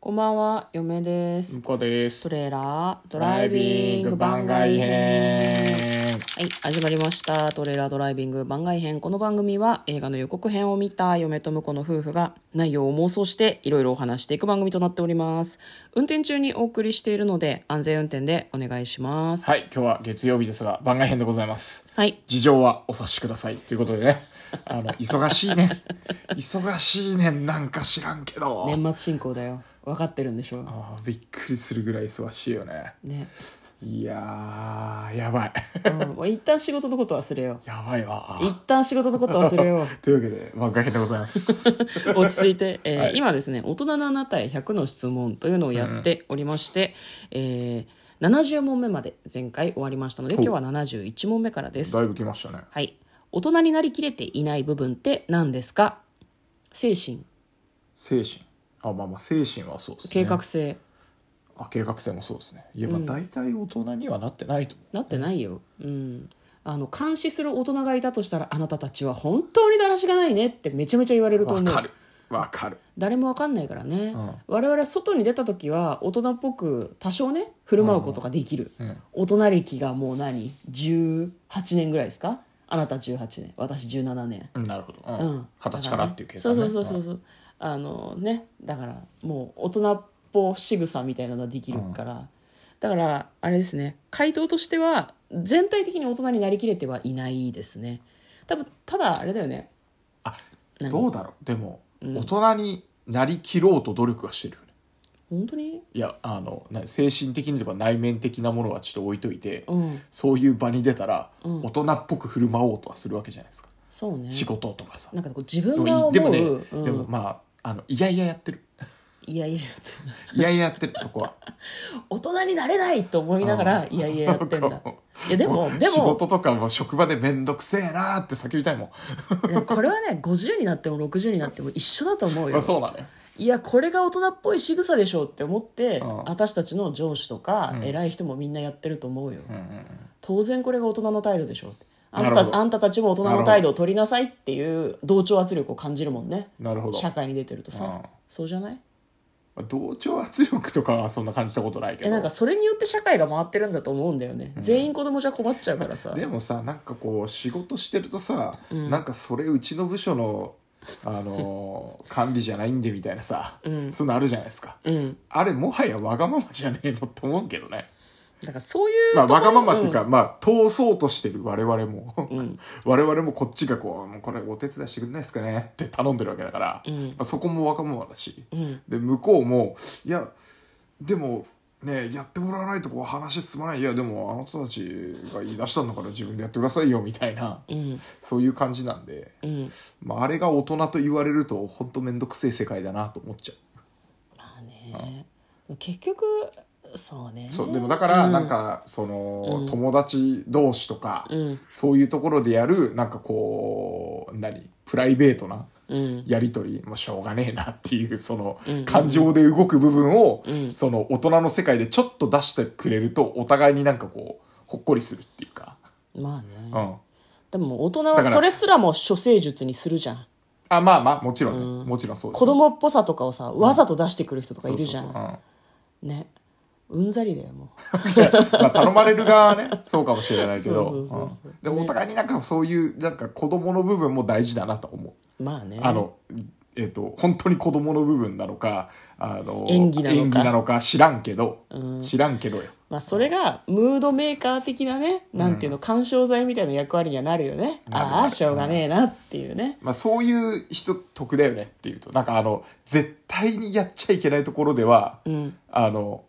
こんばんは、嫁です。向こうですト。レーラードライビング番外編。はい、始まりました。トレーラードライビング番外編。この番組は映画の予告編を見た嫁と婿の夫婦が内容を妄想していろいろお話していく番組となっております。運転中にお送りしているので安全運転でお願いします。はい、今日は月曜日ですが、番外編でございます。はい。事情はお察しください。ということでね。あの、忙しい ね。忙しいねん、なんか知らんけど。年末進行だよ。分かってるんでしょう。あーびっくりするぐらい忙しいよね。ね。いやー、やばい。 うん、もう一旦仕事のこと忘れよやばいわう。。一旦仕事のこと忘れよう。というわけで、番外編でござい ます。落ち着いて、えーはい今ですね「大人のあなたへ100の質問」というのをやっておりまして、えー70問目まで前回終わりましたので今う日は71問目からですだいぶ来ましたね。はい大人になりきれていない部分って何ですか精神精神。あ、まあまあ、精神はそうですね。計画。性、あ、計画性もそうですね。いや、まあ、大体大人にはなってないと思う。なってないようんあの監視する大人がいたとしたらあなたたちは本当にだらしがないねってめちゃめちゃ言われるとわ思うかる。わかる。誰もわかんないからね、ん我々は外に出た時は大人っぽく多少ね振る舞うことができる、うん。大人歴がもう何18年ぐらいですかあなた18年私17年うんなるほど。ううんん。二十歳からっていう計計算算、ね。そうそうそうそうそうあのねだからもう大人っぽ仕草みたいなのができるから、だからあれですね回答としては全体的に大人になりきれてはいないですね多分ただあれだよねあ何どうだろうでも、大人になりきろうと努力はしてるよね本当にいやあのな精神的にとか内面的なものはちょっと置いといて、うんそういう場に出たら、うん大人っぽく振る舞おうとはするわけじゃないですか、そうね仕事とかさなんかこう自分でが思もうでもね、うんでもまああのいやいややってるいやいやいやいやや ってるそこは大人になれないと思いながら、いやいややってんだいやでもで仕も事とかも職場で面倒くせえなーって叫びたいもん、でもこれはね50になっても60になっても一緒だと思うまよあ、そうなのよいやこれが大人っぽい仕草でしょうって思って、うん私たちの上司とかん偉い人もみんなやってると思うよ、うんうんうん当然これが大人の態度でしょうってあなるんほたどあんたたちも大人なるのほど態度を取りなさいっていう同調圧力を感じるもんねなるほど社会に出てるとさ、うんそうじゃないまあ同調圧力とかはそんな感じたことないけえどなんかそれによって社会が回ってるんだと思うんだよね、全員子供じゃ困っちゃうからさでもさなんかこう仕事してるとさ、なんかそれうちの部署の、あの ー管理じゃないんでみたいなさ、うんそういうのあるじゃないですか、うんあれもはやわがままじゃねえのって思うけどね、だからそういうまあ、とこわろがままっていうか、んまあ通そうとしてる我々も、ん 我々もこっちがこうもうこれお手伝いしてくれないですかねって頼んでるわけだから、うんまあ、そこもわがままだし、うんで向こうもいやでもねやってもらわないとこう話進まないいやでもあの人たちが言い出したんだから自分でやってくださいよみたいなうんそういう感じなんで、うんまあ、あれが大人と言われると本当面倒くせえ世界だなと思っちゃまあね結局そうねうそうでもだからうんなんかその、うん友達同士とか、うんそういうところでやるなんかこう何プライベートなうんやり取りもうしょうがねえなっていうそのうんうん感情で動く部分を、うんその大人の世界でちょっと出してくれるとお互いになんかこうほっこりするっていうか、まあね、うん、でも大人はだからそれすらも処世術にするじゃんあまあまあもちろんね、うんもちろんそうです子供っぽさとかをさわざと出してくる人とかいるじゃんそうそうそううんねうんざりだよもまあ、頼まれる側はね そうかもしれないけどそうそうそうそううんでもお互いになんかそういうなんか子供の部分も大事だなと思う、うまあねあのえっ、と本当に子供の部分なのかあの演技なのか演技なのか知らんけど、うん知らんけどよまあ、それがムードメーカー的なね、なんていうの干渉剤みたいな役割にはなるよねなるなるああしょうがねえなっていうね、まあ、そういう人得だよねっていうとなんかあの絶対にやっちゃいけないところでは、うんあの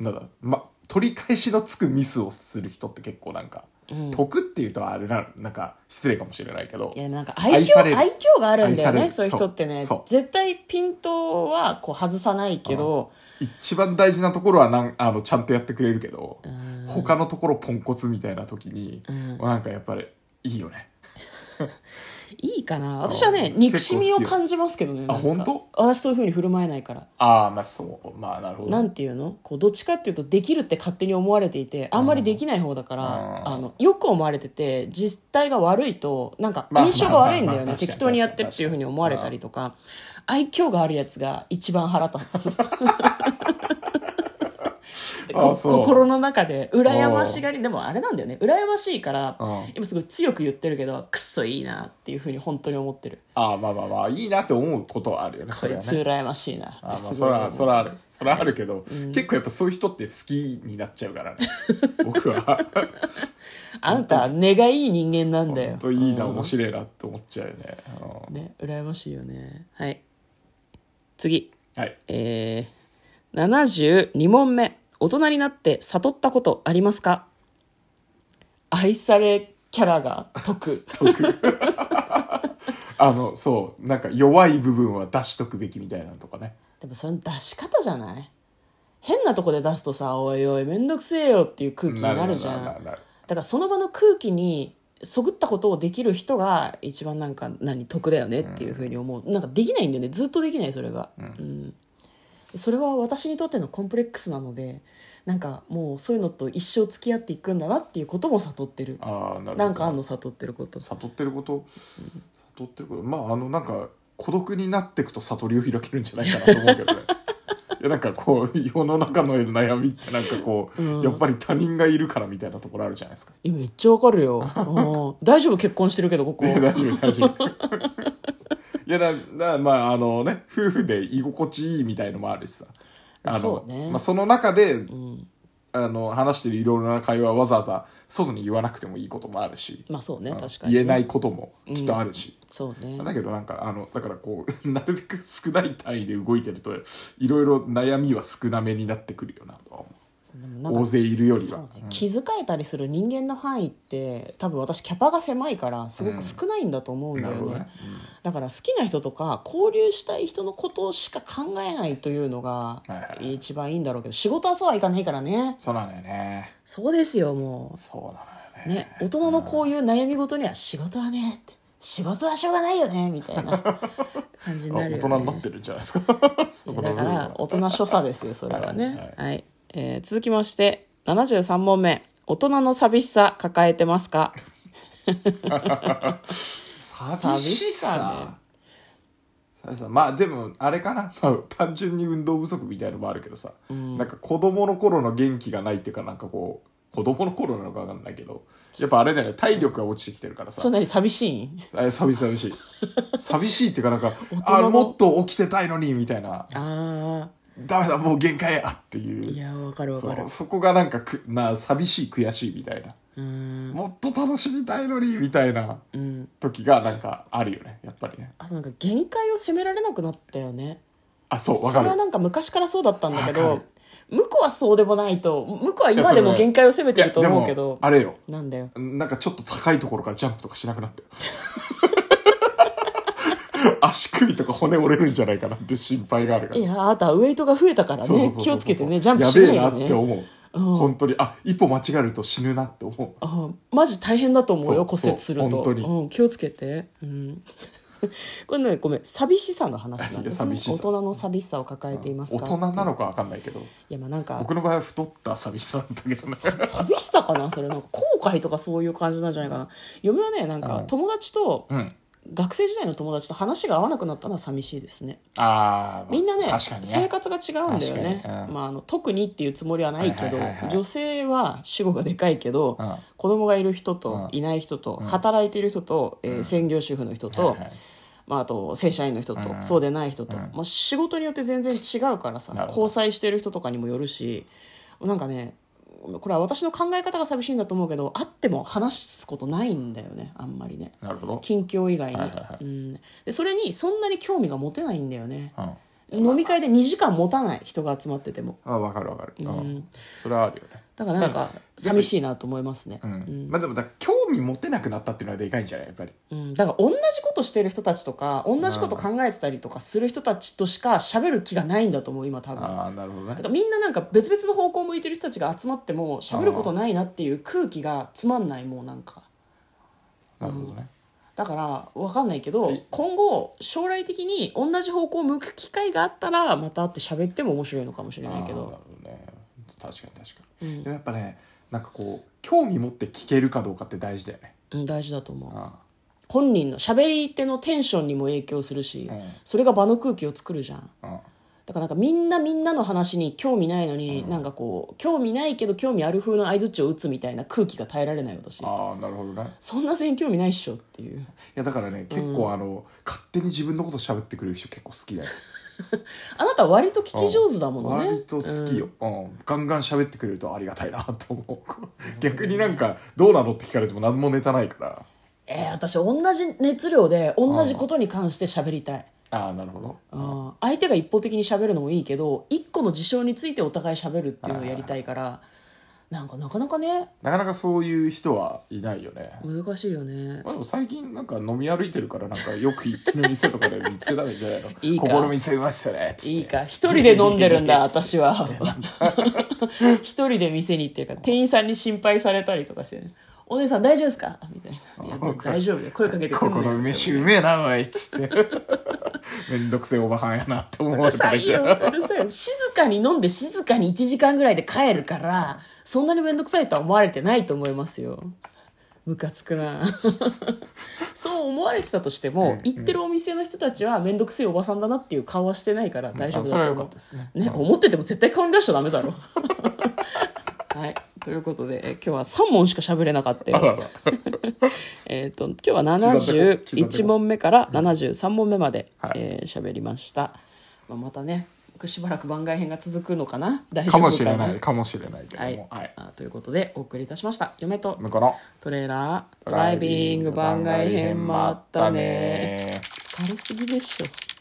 なんだろう、ま、取り返しのつくミスをする人って結構なんか、うん得っていうとあれななんか失礼かもしれないけどいやでもなんか愛愛嬌され愛る嬌があるんだよね愛そさういれうる人ってねそうそう絶対ピントはこう外さないけど、一番大事なところはなんあのちゃんとやってくれるけど、うん他のところポンコツみたいな時に、うんなんかやっぱりいいよねいいかな私はねうん憎しみを結構好きよ感じますけどねなんか本当私そういうふうに振る舞えないからああまあそうまあなるほどなんていうのこうどっちかっていうとできるって勝手に思われていてあんまりできない方だから、うんあのよく思われてて実態が悪いとなんかまあ印象が悪いんだよね、まあまあまあ適当にやってるっていうふうに思われたりとかあ愛嬌があるやつが一番腹立 つであこそう心の中で羨ましがりでもあれなんだよね羨ましいからうん今すごい強く言ってるけどクッソいいなっていうふうに本当に思ってるああまあまあまあいいなって思うことはあるよねこれいはつね羨ましいなっああてまあすそごいれ思うはそれはあるそれはあるけど、結構やっぱそういう人って好きになっちゃうか らね僕はあんた根がいい人間なんだよ本当いいなうん面白いなって思っちゃうよね、うんね羨ましいよねはい次はいえー、72問目大人になって悟ったことありますか愛されキャラが解く僕 あのそうなんか弱い部分は出しとくべきみたいなのとかね でもその出し方じゃない変なとこで出すとさ「おいおいめんどくせえよ」っていう空気になるじゃんなだるなるからその場の空気にそぐったことをできる人が一番なんか何得だよねっていうふうに思う、なんかできないんだよねずっとできないそれが、うんそれは私にとってのコンプレックスなのでなんかもうそういうのと一生付き合っていくんだなっていうことも悟ってるああなるほどなんかあんの悟ってること悟ってること悟ってることまああのなんか孤独になっていくと悟りを開けるんじゃないかなと思うけ どねいやなんかこう世の中の悩みってなんかこう、うんやっぱり他人がいるからみたいなところあるじゃないですかえめっちゃわかる ようん大丈夫結婚してるけどここいや大丈夫大丈 夫いやだだまああのね夫婦で居心地いいみたいのもあるしさあのそうねまあ、その中で、うんあの話してるいろいろな会話はわざわざ外に言わなくてもいいこともあるし、まあそうねうん確かにね言えないこともきっとあるし、そうねだけどなんかあのだからこう なるべく少ない単位で動いてるといろいろ悩みは少なめになってくるよなとは思でもうなんか大勢いるよりそはう、ね、気遣えたりする人間の範囲って多分私キャパが狭いからすごく少ないんだと思ううんんだなるよほね,、どね、だから好きな人とか交流したい人のことしか考えないというのがいはいはい一番いいんだろうけど仕事はそうはいかないからねそうなのよねそうですよもそうなうのよね大人のこういう悩み事には仕事はねって仕事はしょうがないよねみたいな感じにな あるよね大人になってるんじゃないですか そこのだ部か分はら大人所作ですよそれははいねはい、えー続きまして73問目大人の寂しさ抱えてます か寂しさ寂寂しさまあでもあれかな、 まあ、単純に運動不足みたいのもあるけどさ、なんか子供の頃の元気がないっていうかなんかこう子供の頃なのかわかんないけどやっぱあれだよね体力が落ちてきてるからそさんなに寂しいんあ寂しい寂しい 寂しいっていうかなんか人あのもっと起きてたいのにみたいなあダメだもう限界やっあていいうやわかるわそかるうそこがなんかくな寂しい悔しいみたいなうーんもっと楽しみたいのにみたいなうん時がなんかあるよねやっぱりねあとなんか限界を責められなくなったよねあそうわそかれるはなんか昔からそうだったんだけわどか向こうはそうでもないと向こうは今でも限界を責めてると思うけいやでもどあれよなんだよなんかちょっと高いところからジャンプとかしなく なったよ足首とか骨折れるんじゃないかなって心配があるからいやあなたウエイトが増えたからそうそうそねうそう気をつけてねジャンプしないよねやべえなって思う、うん本当にあ一歩間違えると死ぬなって思うあマジ大変だと思うよそう骨折するそうと、本当にうん、気をつけて、うん、 これねごめん寂しさの話なんです、ね、いや寂しさ大人の寂しさを抱えています大か人なのかわかんないけどいやまあなんか僕の場合は太った寂しさだったけどね さ寂しさかなそれなんか後悔とかそういう感じなんじゃないかな嫁はねなんうかん友達と、うん学生時代の友達と話が合わなくなったのは寂しいですねああみんなね確かにね生活が違うんだよね確かにうんまあ、あの特にっていうつもりはないけど、はいはいはいはい女性は主語がでかいけど、うん子供がいる人とうんいない人と、働いている人と、えー専業主婦の人と、はいはいまあ、あと正社員の人と、うんそうでない人と、うんまあ、仕事によって全然違うからさなるほど交際してる人とかにもよるしなんかねこれは私の考え方が寂しいんだと思うけど会っても話すことないんだよねあんまりねなるほど、近況以外に、はいはいはいうん、でそれにそんなに興味が持てないんだよねうん、あ飲み会で2時間持たない人が集まっててもわかるわかる、うんうんそれはあるよねだからなんか寂しいなと思いますね、ううんんまあでもだから興味持てなくなったっていうのはでかいんじゃないやっぱりうんだから同じことしてる人たちとか同じこと考えてたりとかする人たちとしか喋る気がないんだと思う今多分ああなるほどだねからみんななんか別々の方向向いてる人たちが集まっても喋ることないなっていう空気がつまんないもうなんかなるほどねだから分かんないけどい今後将来的に同じ方向向く機会があったらまた会って喋っても面白いのかもしれないけあーなどるほどね確かに確かうに、んでもやっぱねなんかこう興味持って聞けるかどうかって大事だよねうん大事だと思うあ本人の喋り手のテンションにも影響するし、うんそれが場の空気を作るじゃんうんだからなんかみんなみんなの話に興味ないのに、なんかこう興味ないけど興味ある風の相槌を打つみたいな空気が耐えられない私ああなるほどねいそんな全員興味ないっしょっていうやだからね結構あの、勝手に自分のこと喋ってくれる人結構好きだよあなた割と聞き上手だものね割と好きよ、うんガンガン喋ってくれるとありがたいなと思う逆になんかどうなのって聞かれても何もネタないからえー私同じ熱量で同じことに関して喋りたい、ああなるほどうん相手が一方的に喋るのもいいけど一個の事象についてお互い喋るっていうのをやりたいからなんかなかなかねなかなかそういう人はいないよね、難しいよねまあ、でも最近なんか飲み歩いてるからなんかよく行ってる店とかで見つけたらいいんじゃないの いいかここの店うまいっすよねっつっていいか一人で飲んでるん だつって私は一人で店に行ってるから店員さんに心配されたりとかして、ね「お姉さん大丈夫ですか?」みたいな「いや大丈夫だよ声かけてくこんこなのよ」梅酒うめえなおいっつって めんどくせえおばはんやなって思うわるれたさ らいいいかよらうるさいよ静かに飲んで静かに1時間ぐらいで帰るからそんなに面倒くさいとは思われてないと思いますよムカつく なそう思われてたとしても、行ってるお店の人たちは面倒くせえおばさんだなっていう顔はしてないから大丈夫だと思う、あそれは良かったですねね、思ってても絶対顔に出しちゃダメだろ はいということでえ今日は3問しか喋れなかったよあららえー、と今日は刻んでこう刻んでこ71う問目から73問目まではい喋、えー喋りました、まあ、またねしばらく番外編が続くのかな 大丈夫かかなもしれないかもしれないけどはいも、はい、あということでお送りいたしました嫁と向こうのトレーラードドライビング番外編もあったねー疲れすぎでしょ